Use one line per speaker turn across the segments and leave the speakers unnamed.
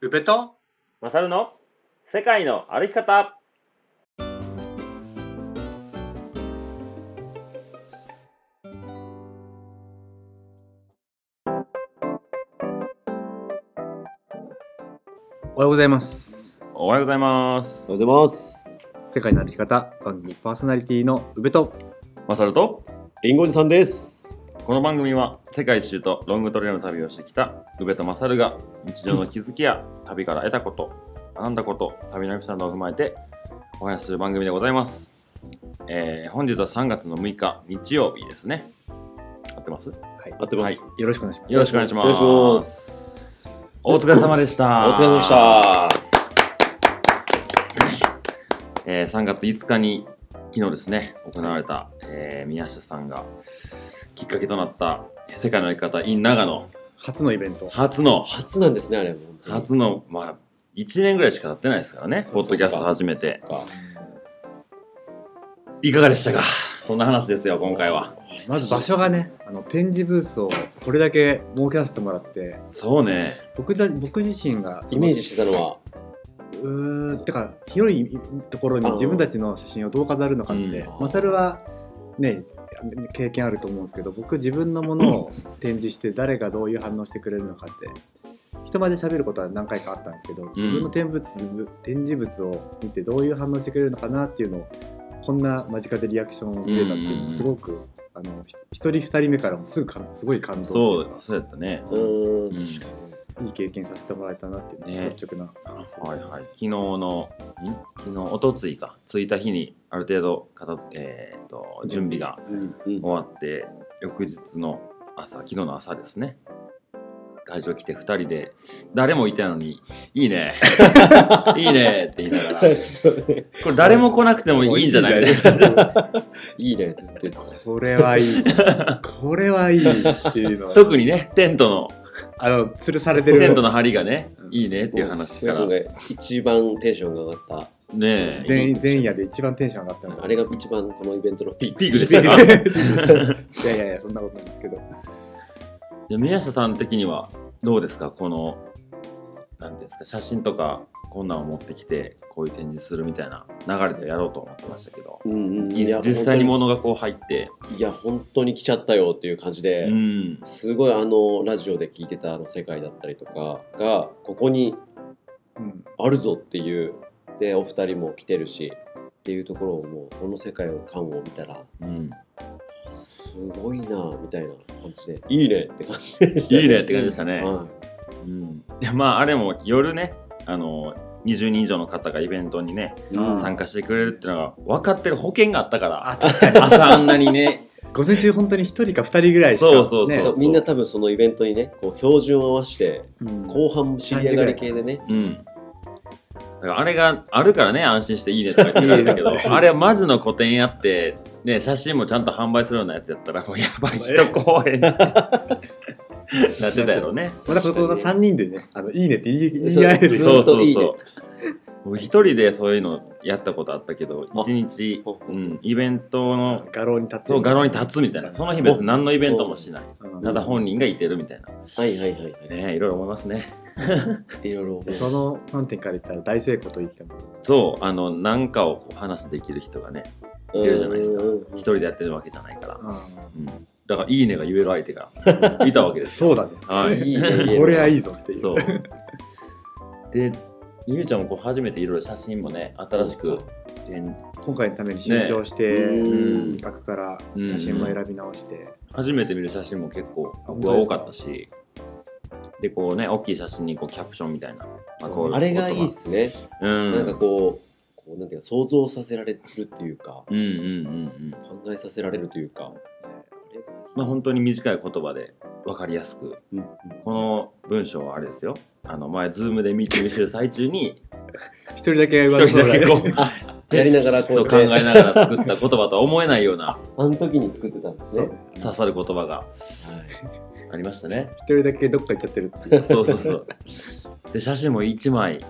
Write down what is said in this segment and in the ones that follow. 宇部と
マサルの世界の歩き方
おはようございます。
おはようございます
おはようございます。
世界の歩き方番組パーソナリティの宇部と
マサルと
リンゴジさんです。
この番組は世界一周とロングトレイルの旅をしてきた宇部とマサルが日常の気づき や旅から得たこと学んだこと旅のエピソードを踏まえてお話しする番組でございます、えー、本日は3月の6日日曜日ですね合ってます
合ってます。
はい
よろしくお願いします。
よろしくお願いします
お願いします。
お疲れ様でした
お疲れ様でした。
えー3月5日に昨日ですね行われた、えー宮下さんがきっかけとなった「世界の生き方 in 長野
初のイベン」ト。
初の
初なんですね、あれも。
初のまあ1年ぐらいしか経ってないですからね
そう
ポ
そう
ッドキャスト始めて
か。
いかがでしたかそんな話ですよ今回は
まず場所がね、あの展示ブースをこれだけ設けさせてもらって、
そうね
僕だ僕自身が
イメージ
し
してたのは、
うーんてか広いところに自分たちの写真をどう飾るのかって、
うん
マサルはね経験あると思うんですけど、僕自分のものを展示して誰がどういう反応してくれるのかって。人前で喋ることは何回かあったんですけど、自分の展物展示物を見てどういう反応してくれるのかなっていうのをこんな間近でリアクションを見れたっていうの
うん
はすごく、あのひ一人二人目からもすぐかすごい感動って
そ
いう
うそうやったね
うーん、
うん
確か
かいい経験させてもらえたなっていう、
ね
率直な
はいはい昨日のん昨日おとついか着いた日にある程度片付えー、と準備が
に。 うんう
終
ん。
わって翌日の朝昨日の朝ですね会場来て2人で誰もいたのに「いい ねいいね」って言いな がら「これ誰も来なくてもいいんじゃない?」みたいな
いいね、ずっと言ってた。
これはいいこれはいいっていうのは
特にねテント
あの吊るされて
の
る
テントの針がね
う
「
ん
いいね」っていう話から
もう
ね
僕が一番テンションが上がっ
え
前前夜で一番テンション上がったの
た。あれが一番このイベントのピーク。
ピークですよい
いやいやいやそんなことないんですけど
や宮下さん的にはどうですかこの何ていうんですか写真とかこんなんを持ってきてこういう展示するみたいな流れでやろうと思ってましたけど
うんうん
い
いや
実際に
本
物がこう入って
当にいや、本当に来ちゃったよっていう感じで。
うん
すごいあのラジオで聞いてたあの世界だったりとかがここに
うん
あるぞっていうでお二人も来てるしっていうところをもうこの世界の感を見たら
うん
すごいなぁみたいな感じでいいねって感じでした
いいねって感じでしたね。
は
うん、いやまああれも夜ねあの20人以上の方がイベントにね
い
うん
参加してくれるっていうのが分かってる保険があったから
あ確かに
朝あんなにね
午前中本当に一人か二人ぐらいしか
そうそうそう
ね
そうみんな多分そのイベントにねこう標準を合わせて
うん
後半尻上がり系でね
うんだからあれがあるからね安心していいねとか言ってくれるんだけどあれはマジの個展やってね写真もちゃんと販売するようなやつやったらもうやばい人公演なってたやろね
またここが3人でね、あのいいねって言い言い合え
ず
る
っと
そうそう
いい
そ
ね
う。僕一人でそういうのやったことあったけど、
あ
一日、
ほうほ
う、
うん
イベントの、
画廊に立って
そう、画廊に立つみたいな。その日別に何のイベントもしない。
うん
ただ本人がいてるみたいな。
はいはいはいはい、
ねいろいろ思いますね。
いろいろ思う
その観点から言ったら大成功と言っても
そう、あの、なんかをこう話できる人がね、いるじゃないですか
うんうんうん
一人でやってるわけじゃないから。
う
うん。だから、いいねが言える相手がいたわけで
ん
す。
そうだね
はい
いねいいね
これはいいぞっていう
そう。で、ゆうちゃんもこう初めていろいろ写真もね、新しく展、
今回のために新調して、
うん
企画から写真も選び直して、
初めて見る写真も結構僕は多かったしでこうね大きい写真にこうキャプションみたいな、まこう
あれがいいっすね
う
なんか
ん
こう、こうなんていうか想像させられるっていうか、
うんうんうんうん
考えさせられるというか、
まあ本当に短い言葉で分かりやすく
うんうん
この文章はあれですよあの前ズームでミーティングしてる最中に
一人だけ上
一
手
人だけこう
やりながらこう
そう
やっ
考
て
えながら作った言葉とは思えないような
あの時に作ってたんですね。
刺さる言葉がありましたね
一人だけどっか行っちゃってるっていう
そうそうそうで写真も1枚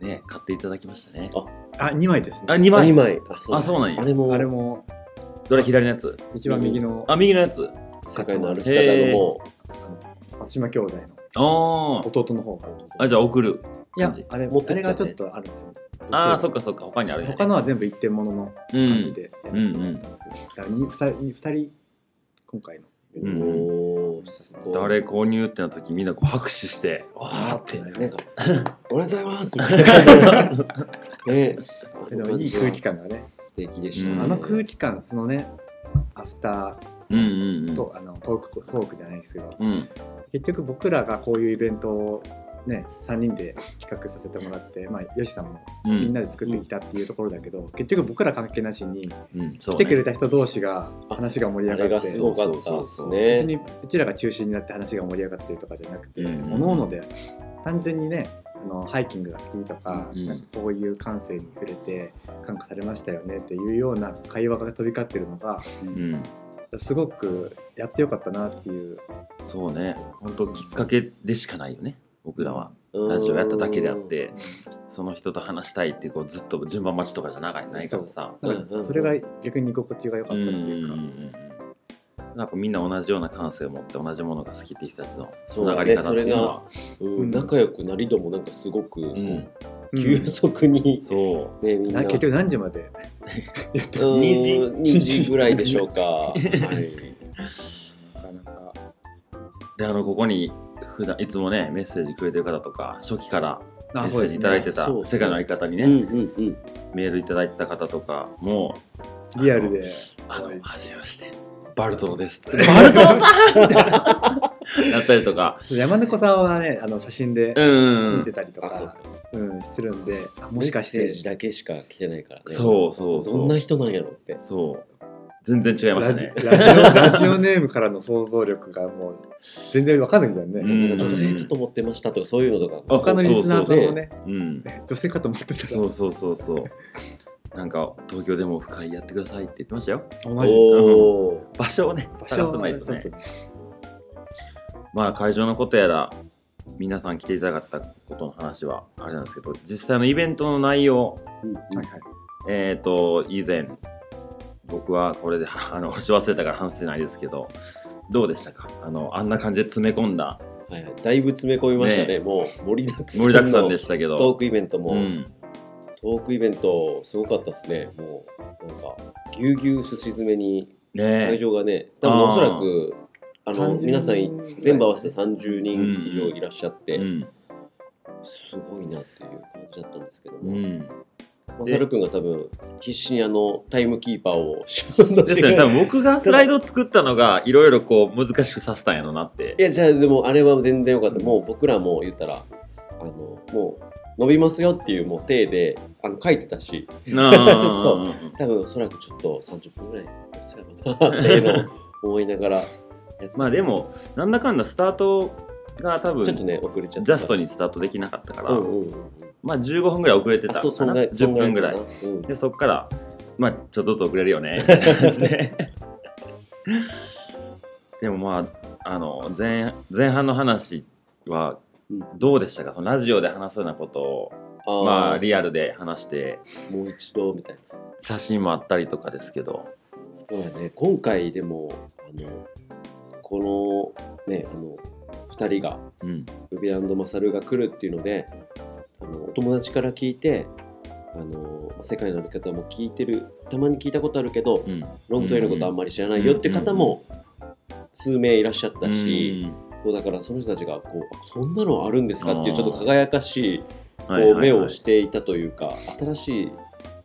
ね買っていただきましたね
あ二2枚ですね
あ2
はい、
枚
2枚。あ、そう
あそうなんや
あれも、
あれも
どれ左のやつ
一番右の
あ右のやつ
世界の歩き
へ
方
ー
のも
松島兄弟の
ああ
弟の方が
あ、じゃあ送る。
いや
感じ、
あれ、
持ってきた
あれがちょっとあるんですよ。
ああ、そっかそっか、他にあるよね。
他のは全部一点物の感
う
じ
ん。
でやらせてもらったんですけど、だからに二人に二人、今回の。
うん
おーすごい
誰購入ってなった時みんなこう拍手して、わーって。
なんか、おはようござ いますみたいな。ね
でもいい空気感がね、
素敵でした、
う
ね
ん
あの空気感、そのね、アフタ
うんうんう
ー
ん。
と、あのトークトークじゃないですけど、
うん。
結局僕らがこういうイベントを、ね、3人で企画させてもらって、まあ、ヨシさんも
う
みん
ん。
なで作ってきたっていうところだけど、結局僕ら関係なしに
うん。そ
来
う
てくれ
ね。
た人同士が話が盛り
あ
上
れ
がっ
が
て
す。ごかったです
別
ね。
にうちらが中心になって話が盛り上がってるとかじゃなくて、
うん
各々で単純にねあのハイキングが好きとか,、
うん
なんかこういう感性に触れて感化されましたよねっていうような会話が飛び交ってるのが
うん。
すごくやってよかったなっていう
そうね。本当きっかけでしかないよね。僕らは。
うん
ラジオやっただけであっ。て、その人と話したいって、こう、ずっと順番待ちとかじゃないないからさ。
う
なんんかそれが逆に居心地が良かったっていうか、
んんうんなんかみんな同じような感性を持って同じものが好きって人たちのつ
そう
な
だ
が
ね
り方っていうのは
うん仲良くなりども、なんかすごく、
うん
うん
急速に、
そ
ね、みんな
な。結局何時まで
うん
2時
2時ぐらいでしょうか。はい
なかなか
うであのここに普段いつもねメッセージくれてる方とか初期からメ
あ
ッセ
そう
ー
で
ジ
す
い
ね
ただいてた
そうそう
世界のあり方にね、
うんうんうん。
メールいただいてた方とかも
リアルで
「あの
お会い
はじめましてバルトロです」って「バルトロさん!」なったりとか
山猫さんはねあの写真で
うんうんう
見て
ん
たりと
あそう
か、うん、するんであも
も
し
し
か
か
し
してメッ
て
セージだけしか来てないからね。
そうそうそう
どんな人なんやろって。
そう全然違いましたね
ラジラジオラジオネームからの想像力がもう全然わかんないじゃんね、
うん
なんか女性かと思ってましたとかそういうのとか。
あ
他のリスナーさんもね
うん
女性かと思ってたら
そうそうそうそうなんか東京でも深いやってくださいって言ってましたよ
あマジですか
おお。
場所をね
場所
探さ
は
な
ね
いとね
ちょっとね
まあ会場のことやら皆さん来ていただかったことの話はあれなんですけど実際のイベントの内容
はいはい
えっ、と以前僕はこれで あのし忘れたから反省ないですけどどうでしたかあのあんな感じで詰め込んだ
はいはい、だいぶ詰め込みましたね、もう盛りだくさんの
盛りだくさんでしたけ
トー
ど
クイベントも、
うん
トークイベント、すごかったですね、もう、なんか、ぎゅうぎゅうすし詰めに、会
ねえ
場がね、多分
あー
おそらく、あの
30
皆さん、全部合わせて30人以上
うん
いらっしゃって、
うん
すごいなっていう感じだったんですけど
う
も、
ん、
まさるくんが多分必死にあのタイムキーパーをしよう と
です
して
よね多分僕がスライドを作ったのがいろいろこう難しくさせたんやろなって
いやじゃあでもあれは全然良かった、もう僕らも言ったらあのもう伸びますよっていうもう体であの書いてたし
うんうんうんうん
多分 おそらくちょっと30分ぐらいそうやろうなって いうのを思いながら
まあでもなんだかんだスタートが多分
ちょっとね遅れちゃった
ジャストにスタートできなかったから、
うんうんうんうん
まあ15分ぐらい遅れてた
あ
か
そうそん
な
なそ
10
んな
分ぐらい
かなうん
でそっからまあちょっとずつ遅れるよ ねみたいな感じででもまああの前前半の話は
うん
どうでしたかそのラジオで話すようなことを
あー
まあリアルで話して
もう一度みたいな
写真もあったりとかですけど
そうだね今回でもあのこのねあの2人が
うん
ウベマサルが来るっていうのであのお友達から聞いてあの世界の歩き方も聞いてるたまに聞いたことあるけど、
うん
ロングトレイルのことあんまり知らないよって方も数名いらっしゃったし、こうだからその人たちがこうあそんなのあるんですかってい
あー
うちょっと輝かしい
うん
こ
はいはいうはい
目をしていたというか新しい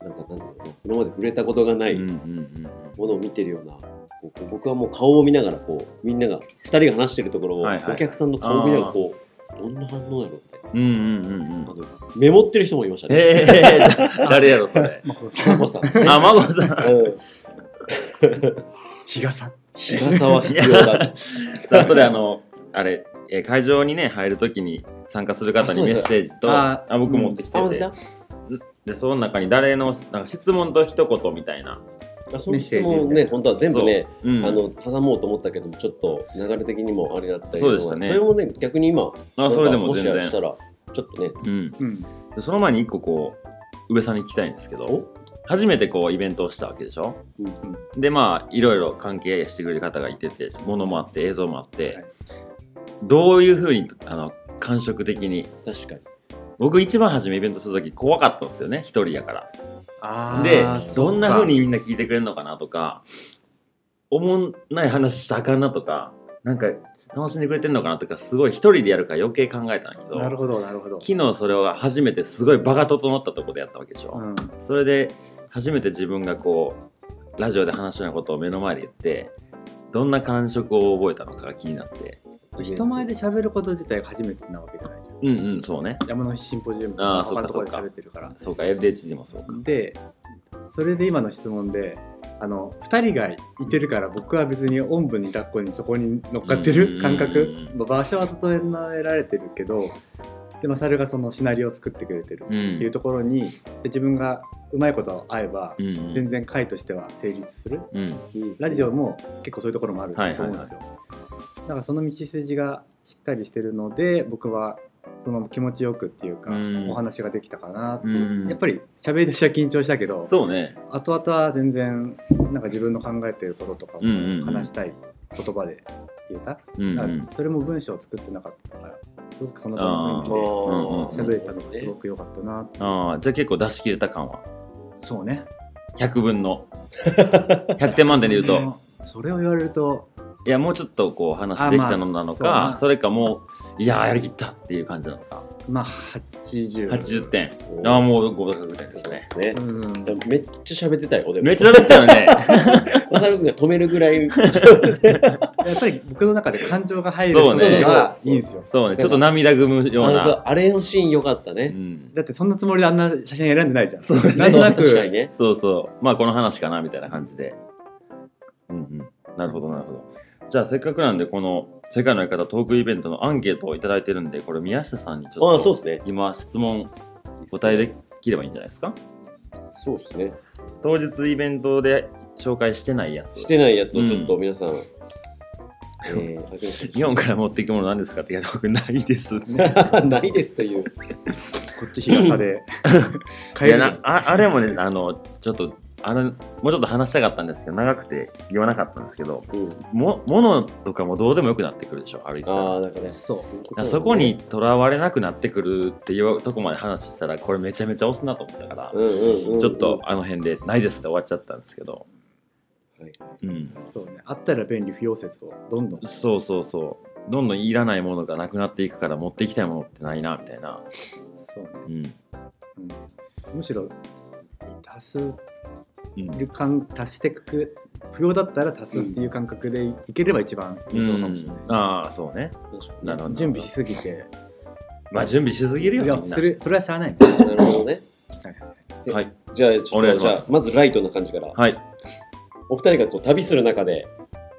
なんかなんだろうな今まで触れたことがない
うんうん
も
うん
のを見てるような。こう僕はもう顔を見ながらこうみんなが2人が話してるところを、
はいはい
お客さんの顔を見ながらこうどんな反応だろうって
うんうんうんうんうん
あのメモってる人もいましたね。
ええ誰やろそ れ。
まあこう
サ ボさん、ね。
あ、孫さん。
うん。
日 傘
日傘は必要だっつって。
あとであの、あれ、えー会場にね、入るときに参加する方にメッセージと、あ
あ
僕持ってき
あ、
て
ま
て、
た。
で、その中に誰のなんか質問と一言みたいな。
あその質問ね、本当は全部ね、
そう、うん、
あの挟もうと思ったけども、ちょっと流れ的にもあれだったりとか
そうでしたね
それをね、逆に今、
あそれでも全
しあれし
然。
たら、ちょっとね、
うん、
うん
でその前に一個こう、上さんに聞きたいんですけど、初めてこう、イベントをしたわけでしょ
うんうん
でまあいろいろ関係してくれる方がいててものもあって映像もあって、
はい
どういうふうにあの感触的に
確かに。
僕一番初めイベントした時怖かったんですよね一人やから
あ
で
ー
どんな
そっ
風
か
にみんな聞いてくれるのかなとかおもんない話したらあかんなとかなんか楽しんでくれてんのかなとかすごい一人でやるから余計考えたんだけど
なるほどなるほど、
昨日それを初めてすごい場が整ったとこでやったわけでしょ、
うん、
それで初めて自分がこうラジオで話したようなことを目の前で言ってどんな感触を覚えたのかが気になって
人前で喋ること自体が初めてなわけじゃないじゃん
うんうんそうね
山の日シンポジウムと
あー
か
そっ
他
か
のところで
そっか
喋ってるから
そうか LDHD もそうか
でそれで今の質問であの2人がいてるから僕は別におんぶに抱っこにそこに乗っかって
う
る
ん
感覚まあ場所は整えられてるけどでマサルがそのシナリオを作ってくれてる
う
っていうんところにで自分がうまいこと合えば
うん
全然回としては成立する
うん
ラジオも結構そういうところもあると思うんですよだからその道筋がしっかりしてるので僕はそのまま気持ちよくっていうか
うん
お話ができたかなって
うん
やっぱり喋り出しは緊張したけど
そうね
後々は全然なんか自分の考えてることとか
うんうんう
も
ん
話したい言葉で言えた、
うんう
だか
ん
らそれも文章を作ってなかったからすごくその場の
あ
雰
うんうん
囲気で喋れたのがすごく良かったなって
ああじゃあ結構出し切れた感は
そうね
100分の100点満点で言うと
とそれを言われると
いやもうちょっとこう話できたのな
あまあ
のか、
そうだな
それかもういやーやりきったっていう感じなのか
まあ80
80点
おー
ああもう合格点です
そうで
ね
すね
う。ん
だからめっちゃ喋ってたよ、でも
めっちゃ喋ったよね
マサル君が止めるぐ らい。
やっぱり僕の中で感情が入る
そうね
のがいいんですよ
そうねちょっと涙ぐむよう
あ
な
そうあれのシーン良かった
う
ね。
ん
だってそんなつもりであんな写真選んでないじゃん
そうね
なんとなく
そう確かにね。
そうそう。まあこの話かなみたいな感じで。うんうん。なるほどなるほど。じゃあせっかくなんでこの「世界の相方」トークイベントのアンケートをいただいてるんでこれ宮下さんにちょ
あ
っ
そう
と
ですね。
今質問答えできればいいんじゃないですか
そうですね。
当日イベントで紹介してないやつ
してないやつをちょっと皆さん。えー開けましょう
日本から持っていくものなんですかって言った僕ないです。い
ないですという。
こっち日傘 で帰る
や
じゃ
なんああれもねあのちょっとあれもうちょっと話したかったんですけど長くて言わなかったんですけど
うん
も物とかもどうでもよくなってくるでしょ歩いてたら
ああ、だからね。
そう
だからそこにとらわれなくなってくるっていうとこまで話したらこれめちゃめちゃ押すなと思ったから、
うんうんうんうん
ちょっとあの辺で「ないです」で終わっちゃったんですけど、
はい
うん、
そうねあったら便利不要説をどんどん
そうそうそうどんどんいらないものがなくなっていくから持っていきたいものってないなみたいな、
そうね
うん
うんむしろ足す
うん
る感足してく不要だったら足すっていう感覚でいければ一番理想かもしれない、
うんああそうねなるほど
準備しすぎて
まあ準備しすぎる
い
よ
や
みんな
するそれはしゃあない
なるほどね。で
はい
じゃあ、ちょっと
お願いし
じ
ます
ゃあまずライトな感じから。
はい
お二人がこう旅する中で、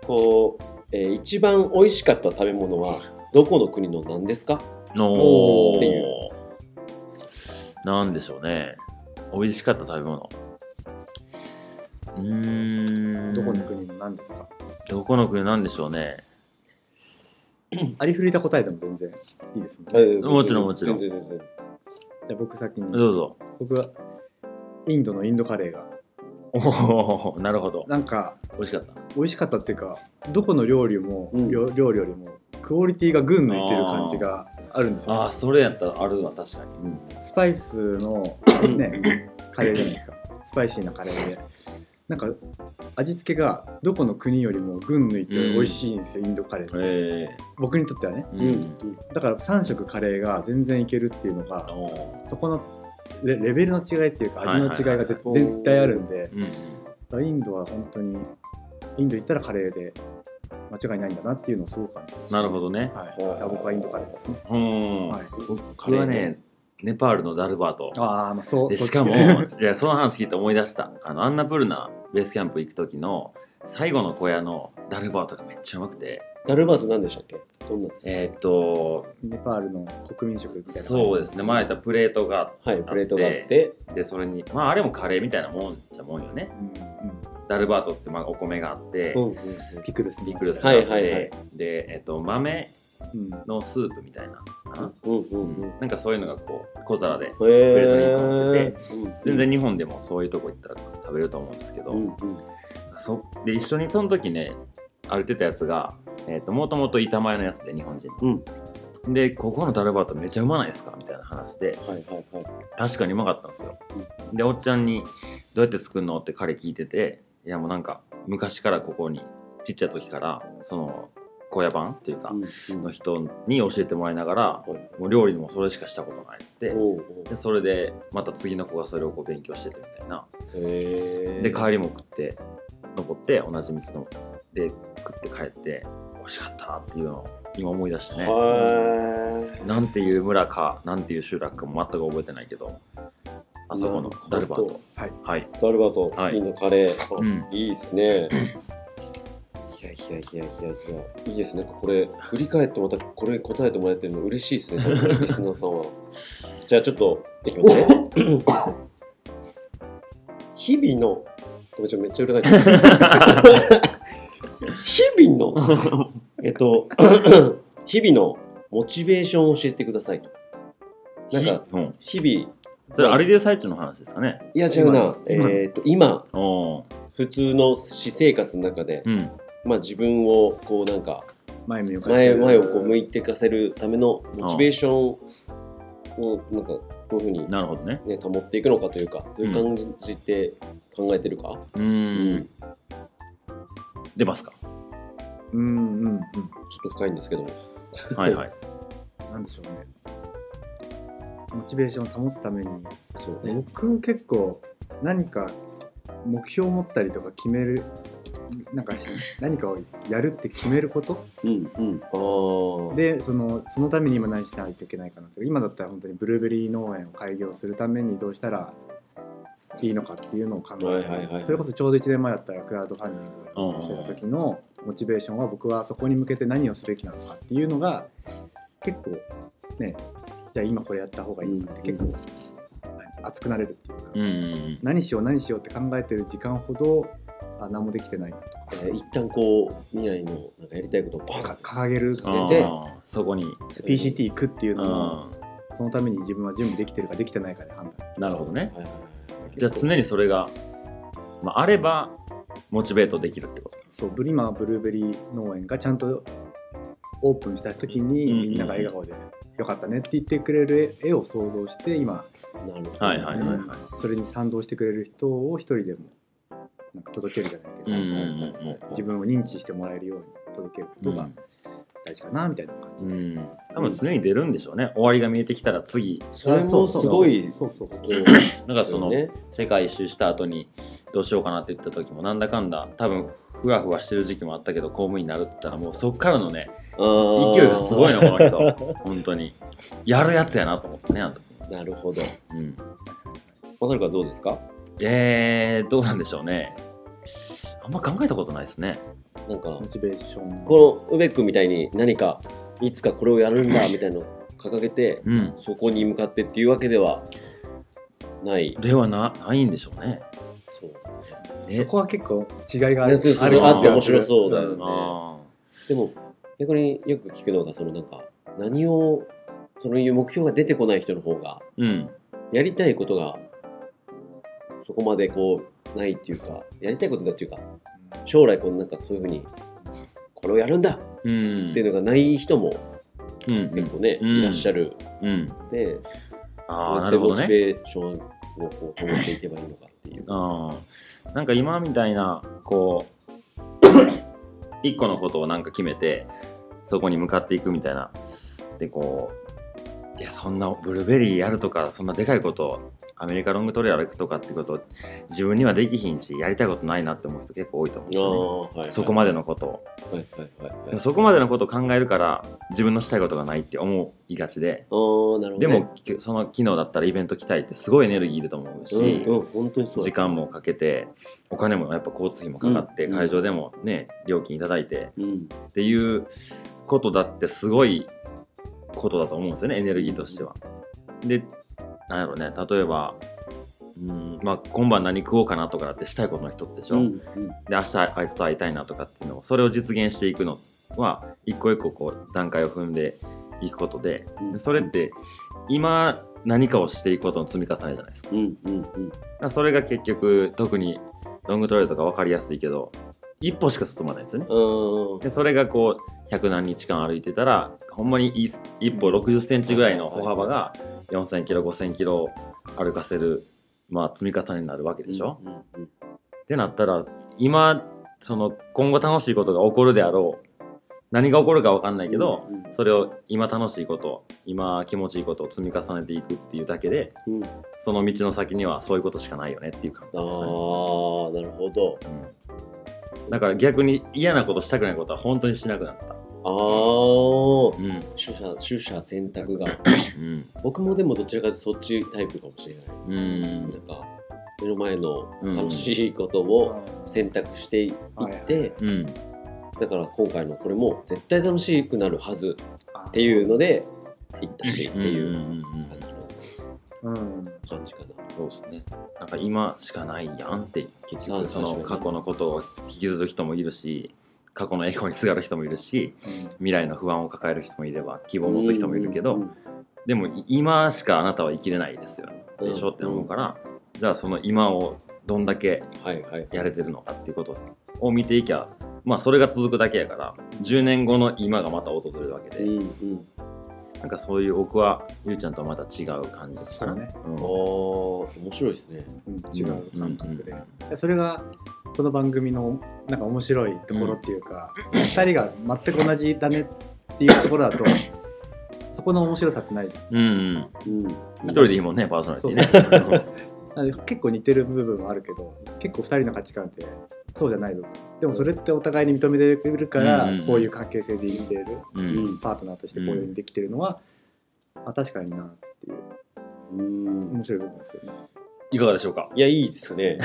こう、えー一番美味しかった食べ物は、どこの国の何ですか
の
ってい
なんでしょうね美味しかった食べ物うーん
どこの国の何ですか
どこの国なんでしょうね
ありふれた答えでも全然いいですもんね、
もちろんもちろん
全然全然
じゃあ僕先に
どうぞ
僕はインドのインドカレーが
おおなるほど
なんか
美味しかった
美味しかったっていうかどこの料理も、
うん
料料理よりもクオリティが群抜いてる感じがあるんですよ
ああそれやったらあるわ確かに、
スパイスの、ね、カレーじゃないですかスパイシーなカレーでなんか味付けがどこの国よりも群抜いて美味しいんですよ、インドカレーって
え
僕にとってはね
え
うん
だから3色カレーが全然いけるっていうのが
お
そこのレレベルの違いっていうか
はいはい
味の
はい
違いが絶絶対あるんで
うん
だからインドは本当にインド行ったらカレーで間違いないんだなっていうのをすごく感じました
なるほどね
はい、だから僕はインドカレーですね。
うん、
はい、
僕はねネパールのダルバート
ああ、まあそう。
で
そっ
し
ち
かも
ね
いやその話聞いて思い出したあのアンナプルナベースキャンプ行く時の最後の小屋のダルバートがめっちゃうまくて
ダルバート何でしたっけどんなんですか
えーっと
ネパールの国民食みたいな感じ。
そうですね前言ったプレートが
はい、プレートがあって、
あってそれにまああれもカレーみたいなもんじゃもんよね
うんう
ダルバートってまあお米があって、
うんうんうん
ん。ピクルスも
ピクルスが
は
あっ
い
て、
はいはい
で、えっと、豆
うん。
のスープみたいな、
うんうんうん
なんかそういうのがこう小皿で
へえ
レー
うん
全然日本でもそういうとこ行ったら食べると思うんですけど、
うんうん
そで一緒にその時ね歩いてたやつがもともと板前のやつで日本人の、
うん
で、ここのタルバートめちゃうまないですかみたいな話で、
はいはいはい。
確かにうまかったんですよ。で、おっちゃんに、どうやって作るのって彼聞いてて、いやもうなんか、昔からここに、ちっちゃい時から、その、小屋版っていうか、
うん
の人に教えてもらいながら、
はい
もう料理もそれしかしたことないっつって、
おうおう
でそれでまた次の子がそれをこう勉強しててみたいな、
へー
で帰りも食って登って同じ道ので食って帰って美味しかったっていうのを今思い出してね
はーい
なんていう村かなんていう集落かも全く覚えてないけどあそこのダルバート
はい
はい、
ダルバート、
はい
いいのカレー、
うん
いいですね。いやいやいやいやいや、いいですね。これ、振り返ってまたこれ答えてもらえてるの嬉しい ですね、多分リスナーさんは。じゃあちょっと、いきますね。日々の、ごめんちょっとめっちゃ裏返っちゃった。日々の、えっと、 日々のモチベーションを教えてくださいと。なんか、
うん、
日々、
それアリデュー最中の話ですかね
いや違うな、
今
えっと、今、
おー
普通の私生活の中で、
うん
まあ、自分をこうなんか
前目を
前前をこう向
い
いていかせるためのモチベーションをなんかどういうふうに、ね、
なるほどね
保っていくのかというかどういう感じで考えてるか、
うーん出ますか
うんうんうん
ちょっと深いんですけども
はいはい
なんでしょうねモチベーションを保つために
そうね
僕結構何か目標を持ったりとか決めるなんかし何かをやるって決めること
うんうんあー
でそのそのために今何しないといけないかなって今だったら本当にブルーベリー農園を開業するためにどうしたらいいのかっていうのを考えて、
はいはいはい
それこそちょうど1年前だったらクラウドファンディングをしてた時のモチベーションは僕はそこに向けて何をすべきなのかっていうのが結構ねじゃあ今これやった方がいいのかって結構熱くなれるっていうか、
うんうん
何しよう何しようって考えてる時間ほどあ何もできてないなと
えー一旦こう未来のなんかやりたいことをバカ
か掲げる
うん
で
あーそこに
PCT 行くっていう
う
のも
ん
そのために自分は準備できてるかできてないかで判断
なるほどね
はいはい
じゃあ常にそれが、まあ、あればモチベートできるってこと
そうブリマーブルーベリー農園がちゃんとオープンした時
うんうんう
に
ん
みんなが笑顔で「よかったね」って言ってくれる絵を想像して今
なるほど
はいはいはいはい
それに賛同してくれる人を一人でもなんか届けるじゃないけど、
うんうん
自分を認知してもらえるように届けることが大事かなみたいな感
う
じ、
ん、多分常に出るんでしょうね終わりが見えてきたら次
それもすごい
そうそうそう
うん
なんかその
ね
世界一周した後にどうしようかなって言った時もなんだかんだ多分ふわふわしてる時期もあったけど公務員になるって言ったらもうそっからのね
あー
勢いがすごいのこの人本当にやるやつやなと思ったねあの時、
なるほど
うん、
まさるかどうですか
えー、どうなんでしょうねあんま考えたことないですね
なんか
モチベーション
このウベックみたいに何かいつかこれをやるんだみたいなのを掲げて
うん
そこに向かってっていうわけではない。
ではなないんでしょうね
そう
そこは結構違いがあ
ね
る
そうそう
あるよ
あって
面白そうだよね
ん
あ
でも逆によく聞くのがそのなんか何をそういう目標が出てこない人の方が
ーうん
やりたいことがそこまでこうないっていうかやりたいことだっていうか将来こうなんかそういうふうにこれをやるんだっ
うん
ていうのがない人も
うん
結構ね、
うん
いらっしゃる
うんうん
で
ああ
うや
な
っ
る
て
ほ
モ
ど
チ
ね
ベーションをこう保っていけばいいのかっていう。
あーなんか今みたいなこう一個のことをなんか決めてそこに向かっていくみたいなでこういやそんなブルーベリーやるとかそんなでかいことアメリカロングトレイル歩くとかってこと自分にはできひんしやりたいことないなって思う人結構多いと思うんですよね
あーはい
そこまでのことを
はいはいはい
で
はい
もそこまでのことを考えるから自分のしたいことがないって思いがちで
あーなるほどね
でも、きその機能だったらイベント来たいってすごいエネルギーいると思うし、
うんうん、本当にそう
時間もかけてお金もやっぱ交通費もかかって、
うん
会場でもね料金いただいて
うん
っていうことだってすごいことだと思うんですよねエネルギーとしては。でなんやろね例えばうんまあ、今晩何食おうかなとかだってしたいことの一つでしょ、
うんう
で
ん
明日あいつと会いたいなとかっていうのをそれを実現していくのは一個一個こう段階を踏んでいくことで
うん
それって今何かをしていくことの積み重ねじゃないですか。
うんうん
だからそれが結局特にロングトレイルとか分かりやすいけど一歩しか進まないんですよね
うん
でそれがこう百何日間歩いてたらほんまに一一歩60センチぐらいの歩幅が4000キロ5000キロ歩かせる、まあ、積み重ねになるわけでしょ、
うんうん
ってなったら今その今後楽しいことが起こるであろう何が起こるか分かんないけど、
うんうん
それを今楽しいこと今気持ちいいことを積み重ねていくっていうだけで
うん
その道の先にはそういうことしかないよねっていう感
あ
じですね
あなるほど
うんだから逆に嫌なことしたくないことは本当にしなくなった。
ああ
うん。
取捨取捨選択 が
うん。
僕もでもどちらかというとそっちタイプかもしれない、
う
なん
ん。
か目の前の
うん
楽しいことを選択していって、
はい
うん。
だから今回のこれも絶対楽しくなるはず
っ
っていうので行ったしって
うんうん
いう
うんう
感
ん
じの
うん
感じかな。
そうですね。なんか今しかないやんって結
そう
局その
確かに
過去のことを引きずる人もいるし過去の栄光にすがる人もいるし未来の不安を抱える人もいれば希望を持つ人もいるけど、
うん
でもい今しかあなたは生きれないですよねでしょって思うから、じゃあその今をどんだけ
はいはい。
やれてるのかっていうことを見ていきゃまあそれが続くだけやから10年後の今がまた訪れるわけ
う
で、
んうん。
なんかそういう僕はゆうちゃんとはまた違う感じです
そうね、
うん
ああ面白いですね。
うん違う感覚で
うんうん
でそれがこの番組のなんか面白いところっていうか、二人が全く同じだねっていうところだとそこの面白さってない
うんうん
うん。
一人でいいもんねパーソナリティね
なので結構似てる部分もあるけど結構2人の価値観ってそうじゃない部分でもそれってお互いに認めてるから、
うんうん
こういう関係性でいれる
うん
うん
うん
パートナーとしてこういうふうにできてるのは、あ確かになっていう
うん。
面白い部分ですよね。
いかがでしょうか
いやいいですね。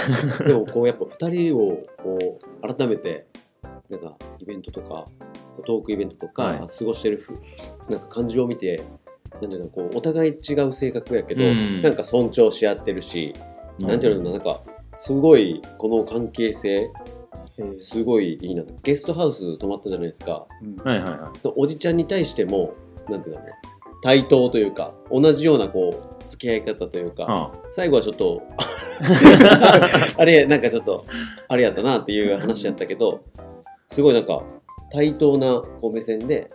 でもこうやっぱ二人をこう改めてなんかイベントとかトークイベントとか、
はい
過ごしてるふなんか感じを見て。なんていうのこうお互い違う性格やけど、
うん
なんか尊重し合ってるし、なんていうのなんかすごいこの関係性
えー
すごいいいなとゲストハウス泊まったじゃないですか
うん
はいはいはい
おじちゃんに対してもなんていうかね対等というか同じようなこう付き合い方というか、
あ
最後はちょっとあれなんかちょっとあれやったなっていう話やったけどすごいなんか対等なこう目線で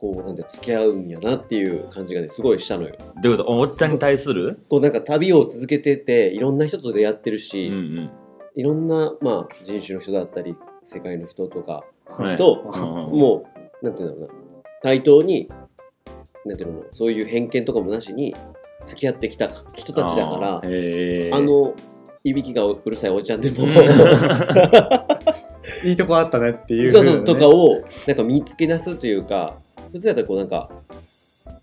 こうなんていうの付き合うんやなっていう感じがねすごいしたのよ。
あどういうことおっちゃんに対する
こうなんか旅を続けてていろんな人と出会ってる
う
し、
ん
いろんな、まあ、人種の人だったり世界の人とか
うんはい
と、
うんうんうん
もうなんていうんだろうな対等になんていうのそういう偏見とかもなしに付き合ってきた人たちだから
あーへー
あのいびきがうるさいおじちゃんでも、
うん
いいとこあったねっていう
そ
風
う
なね、
そうとかをなんか見つけ出すというか普通やったらこうなんか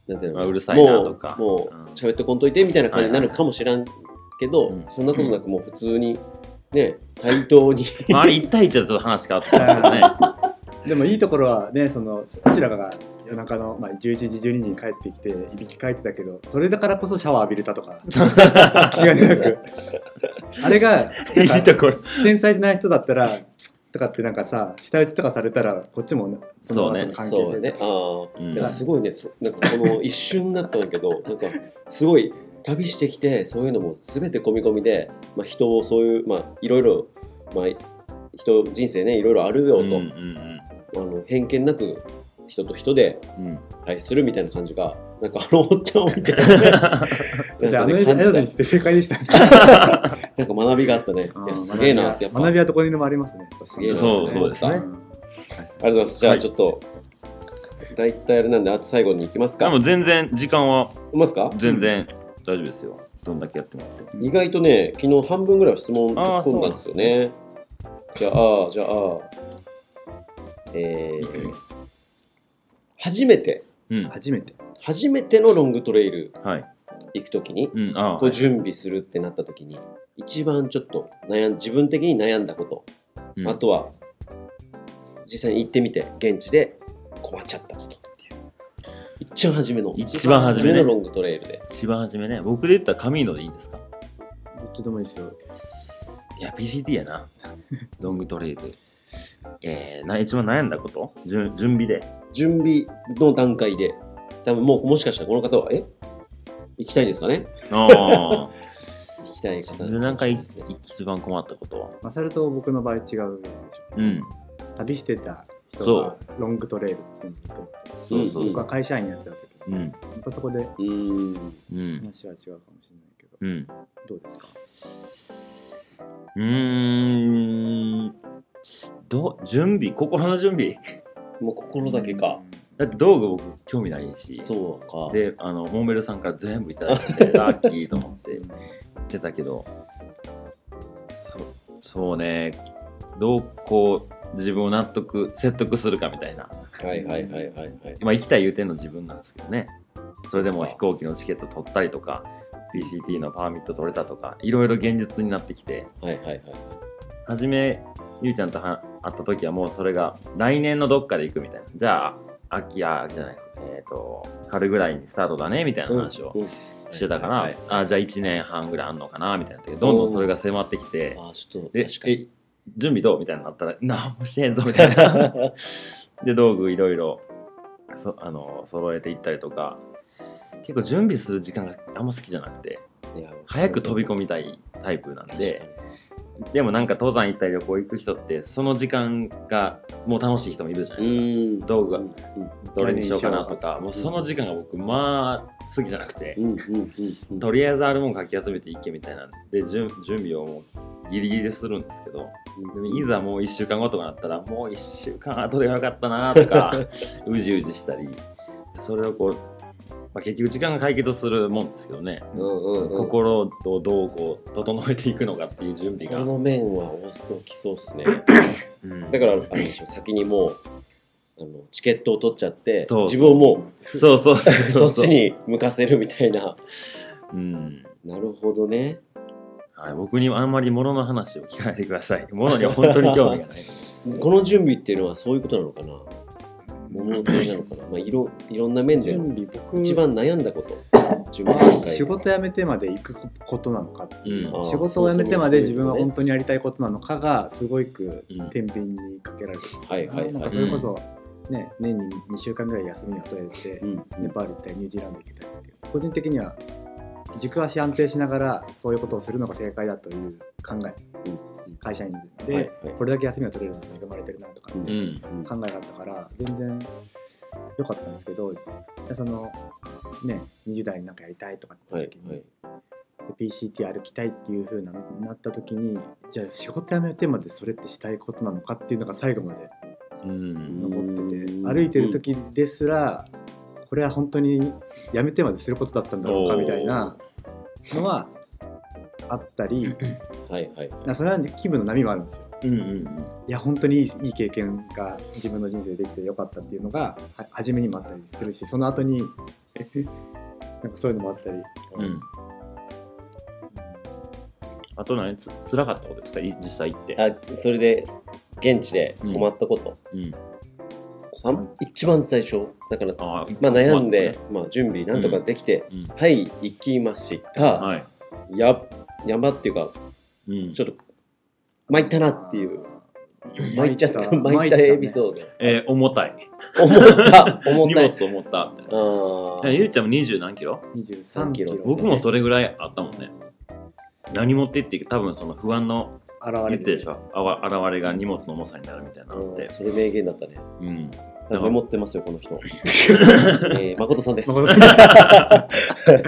なんていう
ま
の、
あうるさいなとか
もうも
うん
う喋ってこんといてみたいな感じになるかもしらんけど、
はいはいはいうん
そんなことなくもう普通にね対 等に
まああれ1対1だとちょっと話があったんですよ ね
でもいいところはねそのどちらかが夜中の、まあ、11時12時に帰ってきていびきかいてたけどそれだからこそシャワー浴びれたと か気がなくあれがなんか
いいところ
繊細じゃない人だったらとかってなんかさ舌打ちとかされたらこっちもねの後の関係
そう
性
ね
とか
ああ、
うん
だからすごいねそなんかこの一瞬だったんだけどなんかすごい旅してきてそういうのも全て込み込みで、まあ、人をそういうまあいろいろまあ人人生ねいろいろあるよと、
うんうん
あの偏見なく人と人で
うんうん
対するみたいな感じがなんかあのおっちゃんを見て
じゃああ
なん
の
か
映像
ね感じた
にして正解でしたね
なんか学 びがあったねいやすげえなってやっぱ
学びはどこにでもありますね
すげえな
そうそうですね
あ
うん
りがとうございますじゃ
は
あ
い
ちょっと、大体あれなんであと最後に行きます
で
か
も
行
全然時間は
きますか
全然大丈夫ですよどんだけやってもらって
意外とね昨日半分ぐらいは質問突っ込んだんですよねじゃあじゃあえー、初めて
うん
初めて
初めてのロングトレイル
はい
行くときに
うんあ
こう準備するってなった時に一番ちょっと悩ん自分的に悩んだこと、
うん
あとは実際に行ってみて現地で困っちゃったことっていう一番初めの
一番初めね
のロングトレイルで
一番初めね僕で言ったら神野でいいんですか
どっちでもいいですよ
いや PCT や なロングトレイルえー、な一番悩んだこと準準備で
準備の段階で多分もうもしかしたらこの方はえ行きたいですかね
ああ
行きたい方
なんかい
ですね
一番困ったことは
マサルと僕の場合違うでしょ
うん
旅してた
そう
ロングトレイルっていうのと
そうそう
僕
そ
は
う。
会社員やってた時
うん。
またそこで
う
う
ん。
話
ん。
は違うかもしれないけど、
うん。
どうですか
うーん。ど、準備心の準備。
もう心だけか。
だって道具僕興味ないし。
そうか。
で、あの、モンベルさんから全部いただい て、ラッキーと思って
う
言
ん
ってたけど、そそうね、どうこう自分を納得、説得するかみたいな。
はいはいはいはいはい。
まあ、行きたい言うてんの自分なんですけどね。それでも飛行機のチケット取ったりとか、PCT のパーミット取れたとか、いろいろ現実になってきて、
はいはいはい。
初め、ゆうちゃんとは会った時はもうそれが来年のどっかで行くみたいな。じゃあ、秋や、秋じゃない、えっ、と、春ぐらいにスタートだねみたいな話を
うんうん
してたから、
はいはい
あじゃあ1年半ぐらいあんのかなみたいな。どんどんそれが迫ってきて、
ああ、ちょっと、
で
確、かに。
え、準備どうみたいになったら、 何もしてへんぞみたい な。で道具いろいろそあの揃えていったりとか結構準備する時間があんま好きじゃなくて
いや
早く飛び込みたいタイプなんで、でもなんか登山行ったり旅行行く人ってその時間がもう楽しい人もいるじゃな
う
いですか、
ん。
道具が
うん
どれにしようかなとかもうその時間が僕まあ好きじゃなくて、
うんうんうん。
とりあえずあるもんかき集めていけみたいなんで準準備をもうギリギリでするんですけどでもいざもう1週間後とかなったらもう1週間後でよかったなと かうじうじしたりそれをこう、まあ、結局時間が解決するもんですけどね、
うんうんうん。
心をどうこう整えていくのかっていう準備
こ
が、
の面は大きそうですね。
うん
だから、あれでしょ、先にもう、あのチケットを取っちゃって、
そう
自分をも
そうそうそう
う、
そ
そうっち、に向かせるみたいな。
うん
なるほどね。
はい、僕にはあんまり物の話を聞かないでください 物には本当に興味 がない
この準備っていうのはそういうことなのかな物の問いなのかな、まあ、いろいろんな面で
準備僕
一番悩んだ こと。準備段
は
階
仕事辞めてまで行くことなのかっていう、
うん
あー
仕事を辞めてまで
そう
自
そ
分
う
は本当にやりたいことなのかがすごく
うん
天秤にかけられてる、
はいはい
なん
は
か
い
そ。れこそ、ね、年に2週間ぐらい休みを取れて、
うん
ネパール行ったりニュージーランド行ったりっていう個人的には軸足安定しながらそういうことをするのが正解だという考え、会社員で、
はいはい
これだけ休みを取れるのに恵まれてるなとかっていう
う
考
ん
えがあったから全然良かったんですけどそのね20代になんかやりたいとかって
はい
時に、
はい。
で PCT 歩きたいっていう風ななった時にじゃあ仕事辞めてまでそれってしたいことなのかっていうのが最後まで
うん
残ってて
うん
歩いてる時ですら、これは本当にやめてまですることだったんだろうか
おー
みたいなのはあったり
はいはい。
なそれは、ね、気分の波もあるんですよ。
うんうん
いや本当にいいいい経験が自分の人生でできてよかったっていうのがは初めにもあったりするしその後になんかそういうのもあったり、
うんうんあと何つ辛かったことですかい実際行って
あそれで現地で困ったこと、
うん
あん一番最初だから、
あー
まあ、悩んで、、まあ、準備なんとかできて、
うん
はい行きました、
はい、
や山っていうか
うん、
ちょっと参ったなっていう
参
参
っ
ったちゃった参ったエピソー
えー重たい
ド、思った思っ
荷
た
物
い
重ったみたいな
あ
え
ー
ゆうちゃんも20何キロ
23キロ
そう
僕もそれぐらいあったもんね何持ってっていいか多分その不安の
現
言
れ
ってて
る
でしょあわ現れが荷物の重さになるみたいな
あ
のって
ーそれ名言だったね
うん
なんか持ってますよこ の人、えー、誠さんです
誠さん あり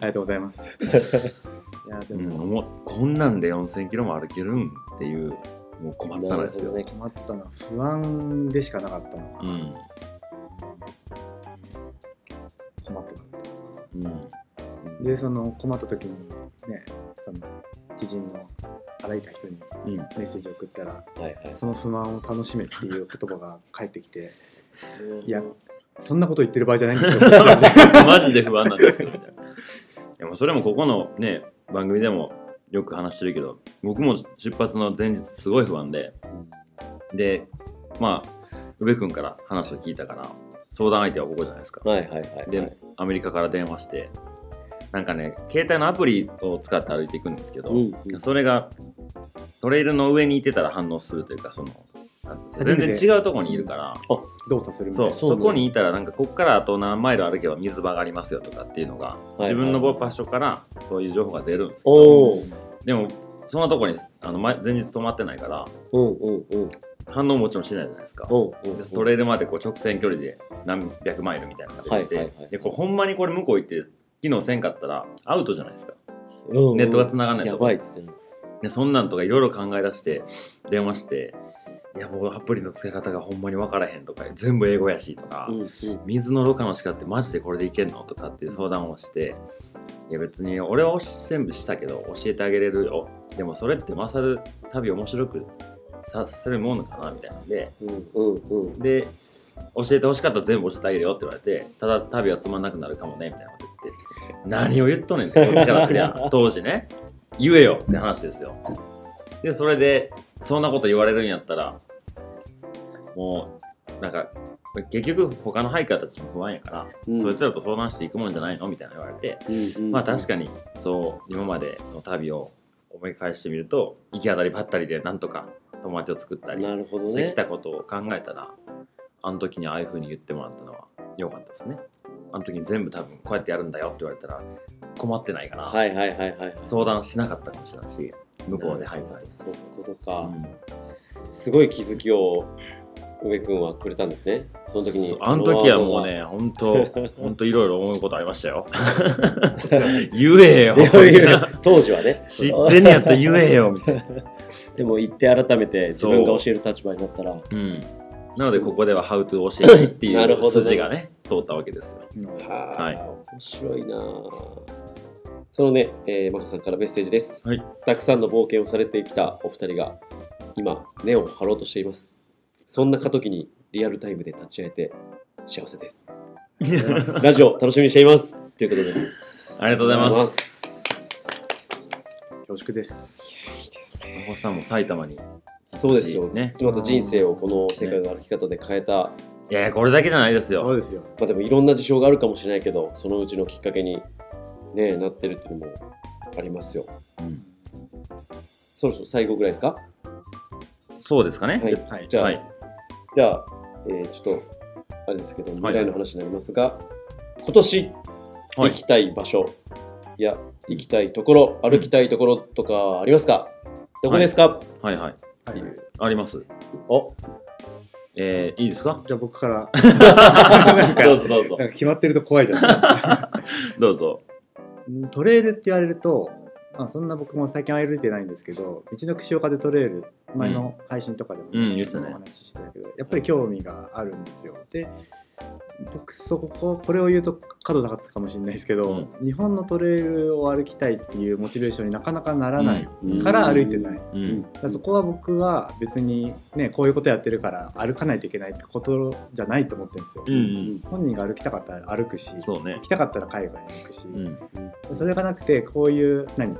がとうございますいやで
うん
も、
重っこんなんで4000キロも歩けるんっていうもう困った
な
ら
る
で
ほ
す
ど
よ、
ね
困ったのは不安でしかなかったのか
うん
困ってなかっ
うん
たでその困った時にねその知人の歩いた人に
うん
メッセージを送ったら
はいはい
その不満を楽しめっていう言葉が返ってきていや
うん
そんなこと言ってる場合じゃないんですよこっちはね
マジで不安なんですけどみたいな。でもそれもここのね番組でもよく話してるけど僕も出発の前日すごい不安ででまあ宇部君から話を聞いたから相談相手はここじゃないですか。
はいはいはい
でアメリカから電話してなんかね携帯のアプリを使って歩いていくんですけど、
うん
それがトレイルの上にいてたら反応するというかそのなんて
初め
全
て
然違うところにいるから。
動作するみた
そ
いうな
そこにいたらなんかこっからあと何マイル歩けば水場がありますよとかっていうのが
い
自分の場所からそういう情報が出るんですけど
おお
でもそんなとこにあの前前日泊まってないから
うんうんうん
反応もちろんしてないじゃないですか。
おう
でトレイルまでこう直線距離で何百マイルみたいな感じで、
はいはいはい
でこうほんまにこれ向こう行って機能せんかったらアウトじゃないですか
うんうん
ネットが繋がんないと
やばいっつってね
でそんなんとかいろいろ考え出して電話していや僕アプリの使い方がほんまに分からへんとか全部英語やしとか、
うんうん
水のろ過の仕方ってマジでこれでいけんのとかっていう相談をしていや別に俺は全部したけど教えてあげれるよでもそれって勝る旅面白くささせるものかなみたいなんで
うんうんうん
で教えてほしかったら全部教えてあげるよって言われてただ旅はつまんなくなるかもねみたいなこと言って何を言っとんねんってこっちからすり ゃ当時ね言えよって話ですよでそれでそんなこと言われるんやったらもうなんか結局他のハイカーたちも不安やから、
うん
そいつらと相談していくもんじゃないのみたいな言われて、
うんうん
まあ確かにそう今までの旅を思い返してみると行き当たりばったりでなんとか友達を作ったり
なるほど
してき
ね
たことを考えたら、あの時にああいう風に言ってもらったのは良かったですね。あの時に全部多分こうやってやるんだよって言われたら困ってないから、
はいはいはいはい
相談しなかったかもしれないし、向こうで入ったり。
そういうことか
うん
すごい気づきを上君はくれたんですねその時に
そうあの時はも うね、本当、本当いろいろ思うことありましたよ。言えよ
い。やいや当時 はね
知ってんねやったら言え よみたいな。
でも行って改めて自分が教える立場になったら
うんなので、ここでは How to 教えないって
なるほ
いう
どね
筋がね、通ったわけですよ。
は
はい
い、面白いなあそのね、えー、マコさんからメッセージです、
はい
たくさんの冒険をされてきたお二人が今根を張ろうとしていますそんな過渡期にリアルタイムで立ち会えて幸せですラジオ楽しみにしていますということです
ありがとうございます。
す
恐縮です。
いいですね
お子さんも埼玉に
そうですよ
ね
また人生をこの世界の歩き方で変えた、
いやいやこれだけじゃないです
そ
よ
うですよ。
まあでもいろんな事象があるかもしれないけどそのうちのきっかけに、ね、なってるっていうのもありますよ
うん
そろそろ最後ぐらいですか
そうですかね
はい
はい。
じゃあ、
はい
じゃあ、えーちょっと、あれですけど、
い
未来の話になりますが、今年
は
行
い
きたい場所、い、や、行きたいところ、歩きたいところとかありますか、どこですか、
はいはい
はい
っていう
あります
お
えー、いい ですか
じゃあ僕から、
どうぞどうぞ
な。んか決まってると怖いじゃない
どうぞ
うんトレイルって言われると、まあ、そんな僕も最近歩いてないんですけど道の串岡でトレイル前の配信とかでも、
うん言ってたね
お話ししてたけどやっぱり興味があるんですよで僕そここれを言うと角が立つかもしれないですけど、日本のトレイルを歩きたいっていうモチベーションになかなかならない
うん
から歩いてない、だ
う
うんん
からそこは僕は別にねこういうことやってるから歩かないといけないってことじゃないと思ってるんですよ、
うんうん
本人が歩きたかったら歩くし
そうね
来たかったら海外に行くし、
うん
それがなくてこういう何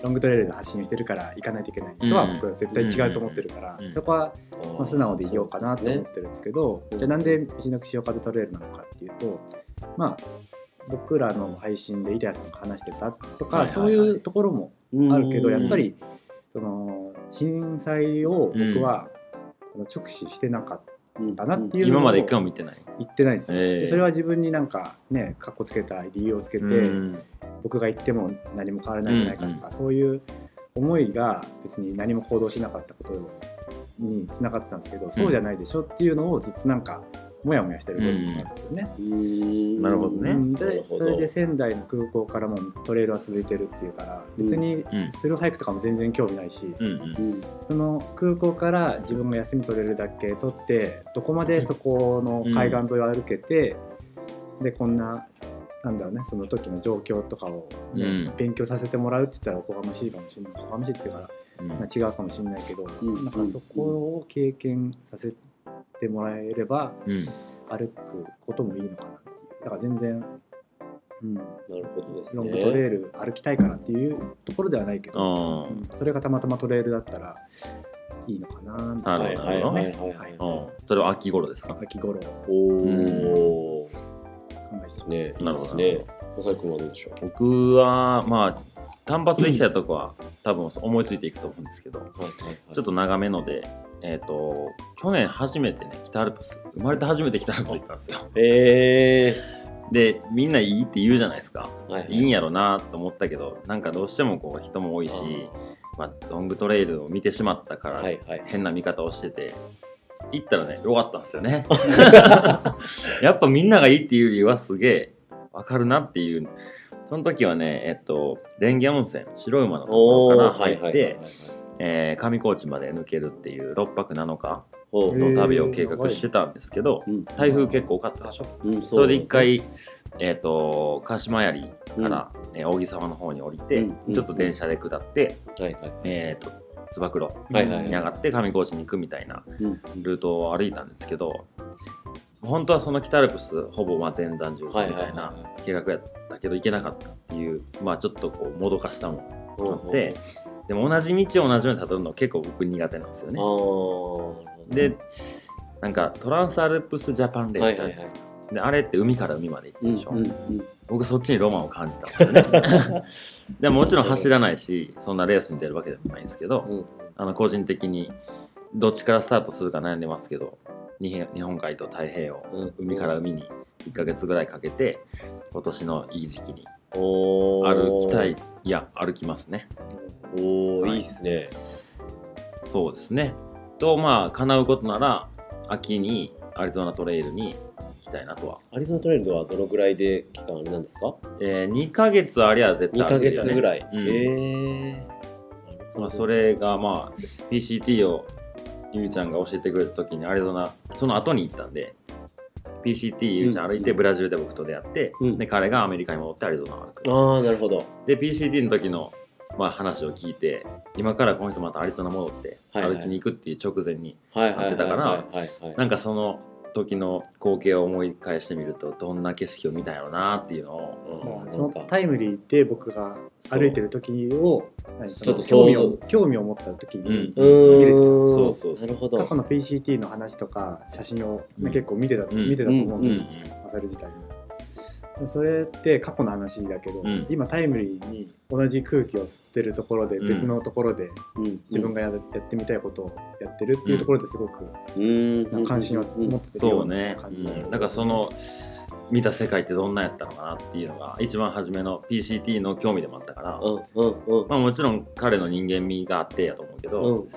ロングトレイルの発信をしてるから行かないといけないとは
うん
僕は絶対違うと思ってるから、
うん
そこはまあ素直でいようかなと
そう
思っ
ですね
てるんですけど
うん
じゃあなんで道の串岡でトレイルなのかっていうとまあ僕らの配信でイタヤさんが話してたとか、
はいはいはい
そういうところもあるけど
うん
やっぱりその震災を僕はあの直視してなかっ
うん
たなっていうの
今
を
まで一回も見てない
言ってないんですよ。
え
で
ー
それは自分になんかねかっこつけた理由をつけて、
うん
僕が言っても何も変わらないんじゃないかとか、そういう思いが別に何も行動しなかったことにつながってたんですけど、そうじゃないでしょっていうのをずっとなんかモヤモヤしてる部分があるんですよね。
うーん
なるほどね
うん
なる
で
ほ
そ
ど
れで仙台の空港からもトレイルは続いてるっていうから別に
うん
スルーハイクとかも全然興味ないし、
うん
う
うん
その空港から自分が休み取れるだけ取ってどこまでそこの海岸沿いを歩けて、でこんななんだろうねその時の状況とかをね、
うん
勉強させてもらうって言ったらおこがましいかもしれないおこがましいっていうから、
ん
まあ、違うかもしれないけど、
うん
なんかそこを経験させてもらえれば
うん
歩くこともいいのかなっていうだから全然、うん、
なるほどです
ロングトレ
ね。
イル歩きたいからっていうところではないけど、
あ
それがたまたまトレイルだったらいいのかなみたい
な
は
る
い
ほど
はいはい
は
はいい
あ。うんそれは秋頃ですか
秋頃考
おお。
えて
ね、
なるほど
いいですね。まさくんはどうでしょ
僕はまあ単発できたとこは多分思いついていくと思うんですけど
う。はいはいはい
ちょっと長めのでえっと去年初めてね北アルプス生まれて初めて北アルプス行ったんですよ
え
でみんないいって言うじゃないですか
ー、はいはい
いいんやろなと思ったけどなんかどうしてもこう人も多いしまあ、ロングトレイルを見てしまったから
はいはい
変な見方をしてて行ったらね、よかったんですよね。 やっぱみんながいいっていうよりはすげえわかるなっていう。その時はね、えっと、蓮華温泉、白馬のところから入って、えー上高地まで抜けるっていう6泊7日
ほう
の旅を計画してたんですけど、
うん
台風結構多かったでしょ。
うん
それで一回、えっと、鹿島槍から、えー、扇沢の方に降りて、
うん
ちょっと電車で下って、
はいはい
えっと、つば九郎
はいはい
に上がって上高地に行くみたいな
うん
ルートを歩いたんですけど、本当はその北アルプスほぼまあ全山重
は
山
い
み
はい
たいな計画やったけど行けなかったっていうまあちょっとこうもどかしたもん
ほうほう
ででも同じ道を同じようにたどるの結構僕苦手なんですよ
あ
ね
ー
でなんかトランスアルプスジャパンレース
は
っ
い
てある
はいはい
であれって海から海まで行ったでしょ、
うんうん
僕そっちにロマンを感じたんですよ ねでももちろん走らないしそんなレースに出るわけでもないんですけど、
うん
あの個人的にどっちからスタートするか悩んでますけど日本日本海と太平洋
うん
海から海に1ヶ月ぐらいかけて今年のいい時期に
おー
歩きたいいや歩きますね
おー
はい
いいっすね
そうですねとまあ叶うことなら秋にアリゾナトレイルに行きたいなとは、
アリゾナトレイルはどのぐらいで期間あれなんですか
え2ヶ月ありゃ絶対
2ヶ
歩けるよ
月
ね
ぐらい
うん
ええ
まあ、それがまあ PCT をゆみちゃんが教えてくれた時にアリゾナその後に行ったんで PCT ゆみちゃん歩いて
うん
ブラジルで僕と出会って、
うん
で彼がアメリカに戻ってアリゾナを歩く、
ああなるほど
で PCT の時のまあ話を聞いて今からこの人またアリゾナ戻って
はいはい
歩きに行くっていう直前に、
はいはいはい
だから
はいはいはい
なんかその時の光景を思い返してみるとどんな景色を見たんやろうなっていうのを
まあ
うん
その
なんか
タイムリーで僕が歩いてる時を何
ちょっと
その興味
想
を
像
興味を持った時に、
う
うんーん
そうそうそう
なるほ
過去
ど
の PCT の話とか写真を、ね
うん
結構見てた、
ん
見てたと思うん
う
で
ん
す
う
よ、
ん
マサル自体にそれって過去の話だけど、
うん
今タイムリーに同じ空気を吸ってるところで、
うん
別のところで
うん
自分がや,、やってみたいことをやってるっていうところですごく
うん
関心を持ってるよ
そうう
な、
ねう
感じ
ん、だからその見た世界ってどんなんやったのかなっていうのが一番初めの PCT の興味でもあったから、
うんうんうん
まあ、もちろん彼の人間味があってやと思うけ
う
ど、
んうん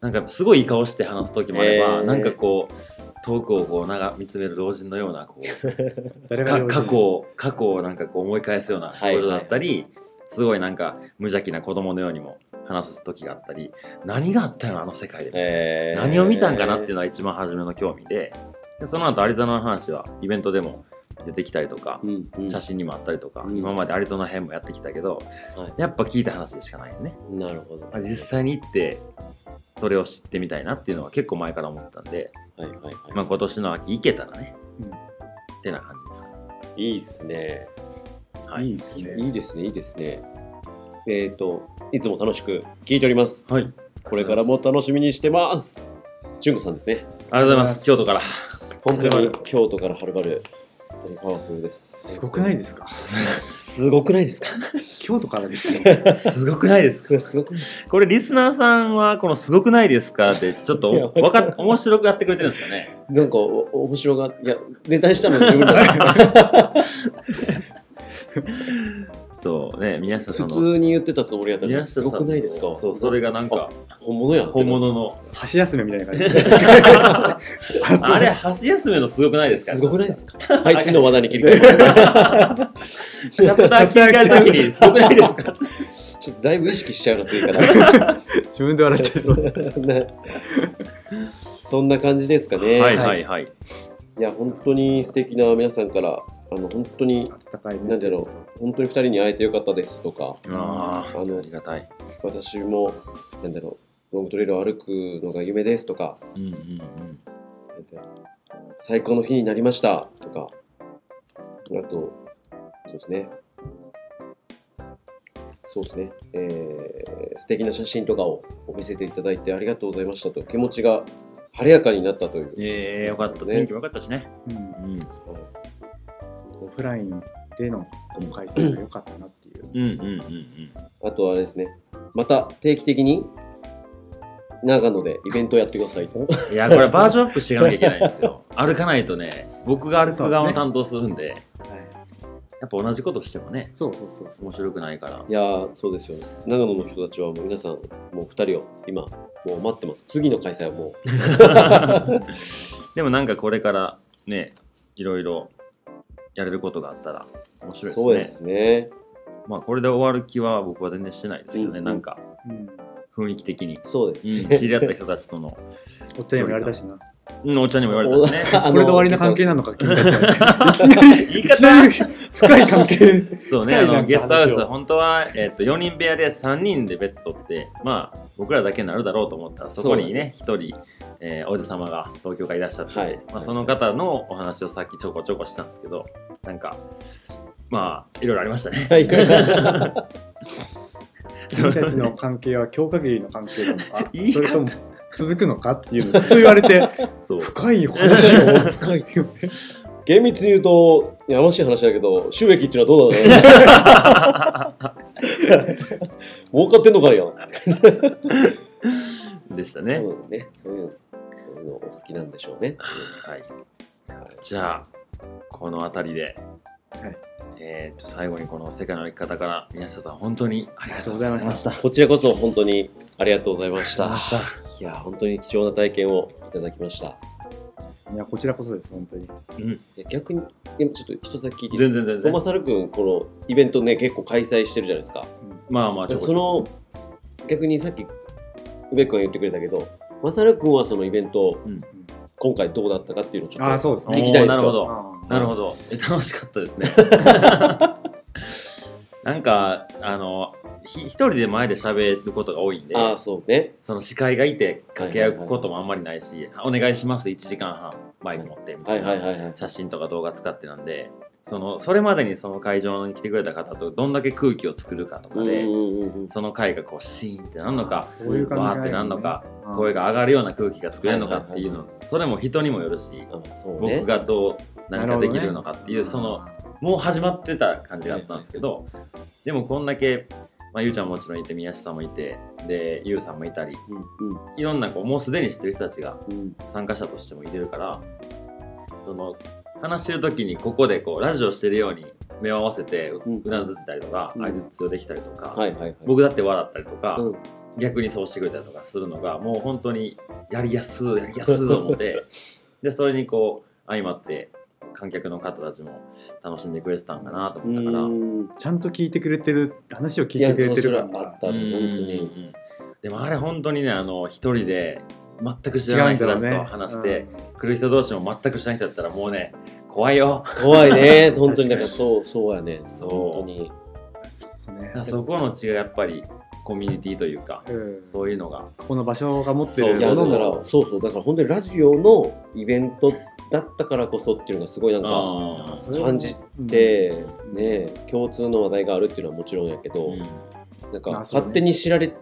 なんかすごいいい顔して話す時もあれば、
へー
なんかこう遠くをこう長見つめる老人のような こう
誰が
か
用意
過去を過去をなんかこう思い返すような表情だったり、すごいなんか無邪気な子供のようにも話す時があったり何があったのあの世界で、
えー
何を見たんかなっていうのが一番初めの興味ででその後アリゾナの話はイベントでも出てきたりとか、
うんうん
写真にもあったりとか、
うん
今までアリゾナ編もやってきたけど、
はい
やっぱ聞いた話でしかないよね
なるほど
実際に行ってそれを知ってみたいなっていうのは結構前から思ったんで、
はいはいはい
まあ、今年の秋行けたらね、
うん
ってな感じですかね、
いいっすね
は
い
い、
いですね
いいですね、いいですね。えっ、と、いつも楽しく聞いております。
はい
これからも楽しみにしてます。純子さんですね。
ありがとうございます京都から
は
本当
る
に
ばる
京都からはるばる、本当にパワフルです。
すごくないですか
すごくないですか
京都から ですよ
すごくないです
これすごくない
これリスナーさんはこの「すごくないですか?」ってちょっと
いや
おわか面白くやってくれてるんですかね
なんかお面白が、いや、ネタにしたの自分だ
そうね、宮下さ
普
んの。
通に言ってたつもりやったの
宮
に
下さ
す
ん
ご
の
くないですか
そう、それがなんか、
本物やってな
本物の。
箸休めみたいな感じ
あれ、箸休めのすごくないですか
すごくないですか はい、次の話題に切り替えます。
チャプター切り替えるときに、すごくないですか
ちょっとだいぶ意識しちゃうな、次から。
自分で笑っちゃいそう
ねそんな感じですかね。
はいはいはい。
いや、本当に素敵な皆さんから、あの本当に、
温かいメ
な
ッ
ん
セ
て
ージ
いうの、本当に2人に会えてよかったですとか、
ああ、
あの
ありがたい。
私も、なんだろう、ロングトレイルを歩くのが夢ですとか、
うんうんうん。
なんていうの最高の日になりましたとか、あと、そうですね。そうですね、えー、素敵な写真とかを見せていただいてありがとうございましたと気持ちが晴れやかになったという
ええよかった。天気もよかったしね。
うん
うん。
オフラインでの開催が良かったなっていう。
うんうんうんうん。
あとはあれですね、また定期的に長野でイベントをやってく ださいと。
いや、これバージョンアップしていかなきゃいけないんですよ。歩かないとね、僕が歩く側を担当するん
は
で、
い
やっぱ同じことしてもね、
そうそうそうそう
面白くないから。
いやーそうですよ長野の人たちはもう皆さんもう2人を今もう待ってます次の開催はもう
でもなんかこれからね、いろいろやれることがあったら面白いですね。
そうですね
まあこれで終わる気は僕は全然してないですけどね、
うん
なんか
うん
雰囲気的 に。
そうです
うん
ね、
知り合った人たちとの、
おっちゃんにもやれたしな
うん、おっちゃんにも言われたしね。
あ
こ
の
れで終わりの関係なのか君たち は
言い
いきなり 深い関係
そうね、
深
あ
いな
のゲストハウス
話を、
本当は、えっと4人部屋で3人でベッド取って、まあ、僕らだけになるだろうと思ったら、そこにね、1人、えー王子様が東京からいらっしゃって、
はい
まあ、その方のお話をさっきちょこちょこしたんですけど、なんか、まあ、いろいろありました ね。
はい
君たちの関係は今日限りの関係なのか
言い
そ
方
れとも続くのかっていうのをずっと言われて
そう
深い話を深いよね
厳密に言うとやましい話だけど収益っていうのはどうなの儲かってんのかよ、
でした
う
ね。
んね、そういうのそういうのお好きなんでしょうね
はい、じゃあこの辺りで、
はい
えーと最後にこの「世界の生き方」から宮下さん本当にありがとうございました。
こちらこそ本当にありがとうございまし
ありが
た
とうございま
いや本当に貴重な体験をいただきました
いやこちらこそです本当に
うん、
いや逆にでもちょっと一つだけ聞いていい
全然全
トマ
然。
サル君このイベントね結構開催してるじゃないですか
まあまあちょこち
そ
ょこ
の逆にさっき宇部君が言ってくれたけどマサル君はそのイベント、
うん
今回どうだったかっていうのをちょ
ああ
っと
そうです
お
聞
ね
きた
ー
いですよ
なるほど。
あ
なるほど。え楽しかったです ね。なんかあのひ一人で前で喋ることが多いんで、
ああそうね
その司会がいて掛け合うこともあんまりないし、お願いします1時間半マイク持ってみた
はいい
な。
はいはいはい
写真とか動画使ってなんでそのそれまでにその会場に来てくれた方とどんだけ空気を作るかと
う
か
んう
で、
んうんうん
その回がこうシーンってなるのか
そういう感じ
わーってなんのか、
うん
声が上がるような空気が作れるのかっていう
は
のそれも人にもよるし
あそうね
僕がどう何かできるのかっていう、
なほ
そ
ど
の
ね
もう始まってた感じがあったんですけど、でもこんだけ、まあ、ゆうちゃんももちろんいて宮下さんもいてでゆうさんもいたり
うん
いろんなこうもうすでに知ってる人たちが
うんうん
参加者としてもいれるからその話してる時にここでこうラジオしてるように目を合わせてう
うん
うなずいたりとか
うん
相づちをできたりとか、
はいはいはい
僕だって笑ったりとか、
うん
逆にそうしてくれたりとかするのがもう本当にやりやすいやりやすいと思って でそれにこう相まって観客の方たちも楽しんでくれてたんかなと思ったから。
うん
ちゃんと聞いてくれてる話を聞い
い
て
や
くれ
そう
て
そ
る
れ
か
はあ
ら
った本当に
うんでもあれ本当にねあの一人で全く知らない人たちと話して、来る人同士も全く知らない人だったらもうね怖いよ
怖いね本当にだから
確かに
そうそうやね
そう
本当に
そうね
だからそこの違いやっぱりコミュニティというか
うん
そういうのが
この場所が持ってる
そう
いやだ
もの
から
も
そうそうだから本当にラジオのイベントだったからこそっていうのがすごいなんか
あ
それも
感じ
うん
で、ね共通の話題があるっていうのはもちろんやけ
ー
ど、
うん
なんか
あそうね
勝手に知られて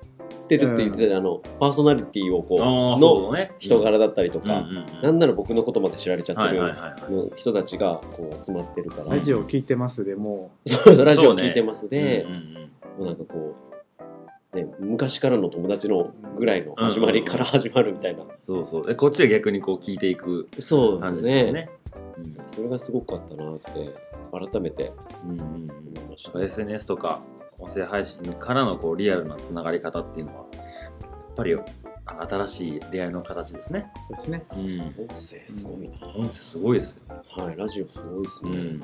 るって言ってたじゃん、あのパーソナリティをこう
あー
の
そうだね
人柄だったりと
うんう
か、
んうん
なんなら僕のことまで知られちゃってる、
はいはいはいは
の人たちがこう集まってるから、
ラジオ聞いてますでも
そうラジ
そう
オ
ね
聞いてますで、
うんうん
もうなんかこう、ね、昔からの友達のぐらいの始まりから始まるみたいな、
うんそうそうでこっちが逆にこう聞いていく
そう
感じ
です
です
ね
よねうん
それがすごかったなって改めて
うんうんうん
思いまし
なん
た、
か SNS とか音声配信からのこうリアルなつながり方っていうのはやっぱりあの新しい出会いの形ですね。
そうですね、
うん、
音声すごいな、
音声すごいですよ、
はいラジオすごいです
う
ね、
ん。
うん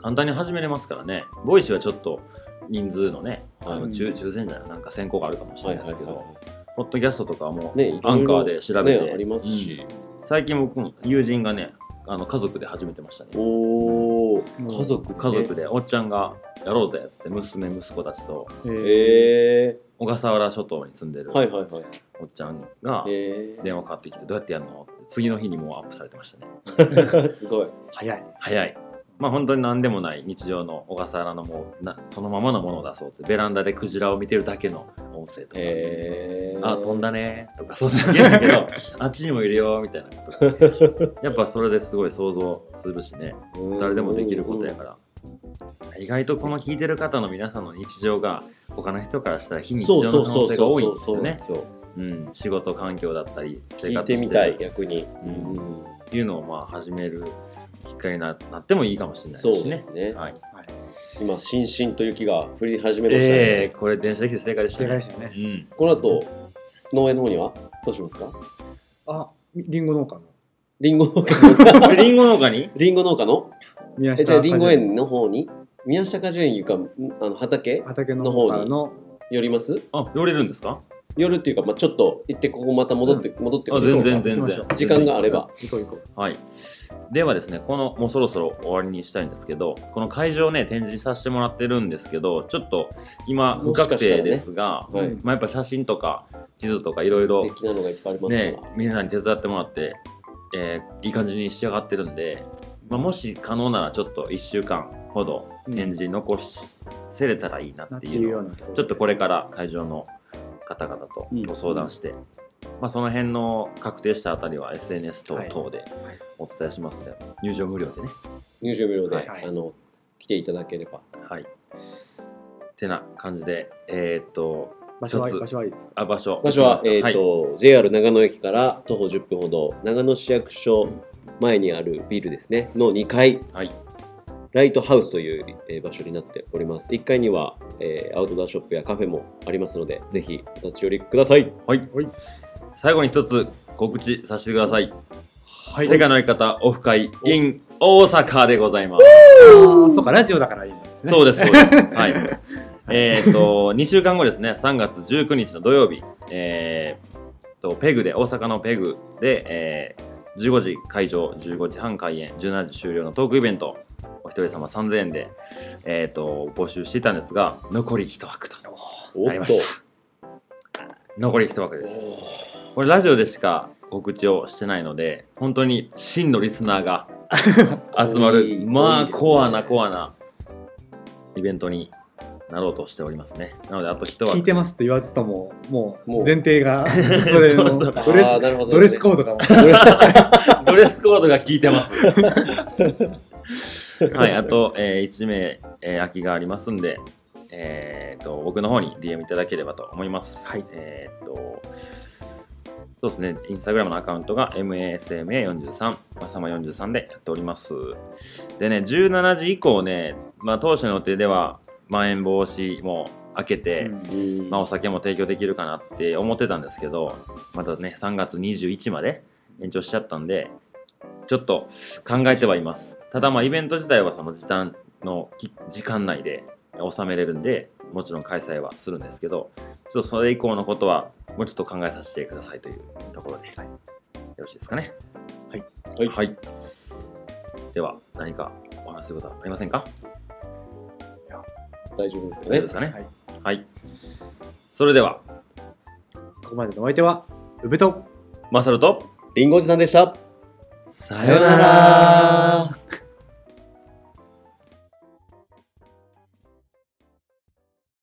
簡単に始めれますからね。ボイシーはちょっと人数のね、あ
は
の
い
中抽選じゃないなんか選考があるかもし
は
れ
い
ない
は
です
い
けど、
は
ポッドキャストとかも
い。ね、
アンカーで調べて、
ね、ありますし
うん、最近僕も友人がねあの家族で始めてましたね。
おお、
うん
家族ね
家族でおっちゃんがやろうぜっつって娘息子たちと
えー
え
小笠原諸島に住んでる
ー、はいはいはい
おっちゃんが
え
電話かかってきてどうやってやるのって次の日にもうアップされてましたね
ー、 すごい
早い
早いまあ本当に何でもない日常の小笠原のもうなそのままのものを出そうってベランダでクジラを見てるだけの音声とか、
えー、
あ飛んだねとかそんなだけだけ どあっちにもいるよみたいなことやっぱそれですごい想像するしね
うん
誰でもできることやから意外とこの聞いてる方の皆さんの日常が他の人からしたら非日
そう
常
そ
の
う
可能性
そうそう
が多いんです
そう
よ
なん
ね
ですよ
うん仕事環境だったり生
聞い
活
て
し
み
て
た
る
い逆に、
うん
うん
っていうのをまあ始めるきっかけにななってもいいかもしれない
そう
し
で
ね
す。ね。
はい、
今、しんしんと雪が降り始めましたね。
ええこれ電車できて正解でした
正解で
ね。
したよね。
うん、
この後、農園の方にはどうしますか
あ、リンゴ農家の
リンゴ農家
これリンゴ農家に
リンゴ農家の
宮
え
下
じゃあリンゴ園の方に宮下果樹園いうかんあの畑
畑の方からの
寄ります
あ寄れるんですか
寄るっていうか、まあ、ちょっと行ってここまた戻って、戻ってく
あ
る
行き
全然全
ましょ
然
う
時間があれば
行こう行こう。
はいではですねこのもうそろそろ終わりにしたいんですけどこの会場ね展示させてもらってるんですけどちょっと今不
もしか
確
したら
定
ね
ですが、
はい
うん
まあ、やっぱ写真とか地図とかいろいろ
素敵なのがいっぱいありますから、
ね、みんなに手伝ってもらって、えーいい感じに仕上がってるんで、まあ、もし可能ならちょっと1週間ほど展示に残せれたらいいな
なっ
ってて
い
いううの
よ
を
うなところで
ちょっとこれから会場の方々とご相談して、まあ、その辺の確定したあたりは SNS 等々でお伝えしますので、入場無料でね。
入場無料で、
はい
はい
あの来ていただければ
はいてな感じで、えーっと、
場所は
一つ
場所はいいですか。
あ場所。
場所は、え
行きますか
ーと JR 長野駅から徒歩10分ほど長野市役所前にあるビルですねの2階
はい。はい
ライトハウスという、えー場所になっております1階には、えーアウトドアショップやカフェもありますのでぜひお立ち寄りください
はい。
はい
最後に一つ告知させてください。
は
世界
あ
の相方オフ会 in 大阪でございます。
ーそうかラジオだからいいんですね。
そうです、そうです。はい。えっと、2週間後ですね、3月19日の土曜日、えー、と、ペグで、大阪のペグで、えー15時会場、15時半開演、17時終了のトークイベント、お一人様3000円で、えっ、と、募集していたんですが、残り1枠と
お
なりました。残り1枠です。これラジオでしか告知をしてないので本当に真のリスナー が集ま
いい
る
ですね
まあコアなコアなイベントになろうとしておりますねなのであと一
聞い
枠
てますって言わずともも
も
う
う
前提がそれの
そう
あ
ドレ
ーなるほど、
スドレスコードが
ドレスコードが効いてます はいあと、え1名、えー空きがありますんでえー、と僕の方に DM いただければと思います。
はい
えー、とそうですね、インスタグラムのアカウントが MASMA43、まさま43でやっております。でね、17時以降ね、まあ、当初の予定では、まん延防止も明けて、
うん
まあ、お酒も提供できるかなって思ってたんですけど、またね、3月21まで延長しちゃったんで、ちょっと考えてはいます。ただ、まあ、イベント自体はその時短のき時間内で収めれるんで、もちろん開催はするんですけど、ちょっとそれ以降のことは、もうちょっと考えさせてくださいというところで、よろしいですかね。
はい。
はい
では、何かお話しすることはありませんか
大丈夫です
大丈
よ
夫
ね
ですかね。
はい
はい、それでは、
ここまでのお相手は宇部と
マサルと、
リンゴおじさんでした
さ
ようなら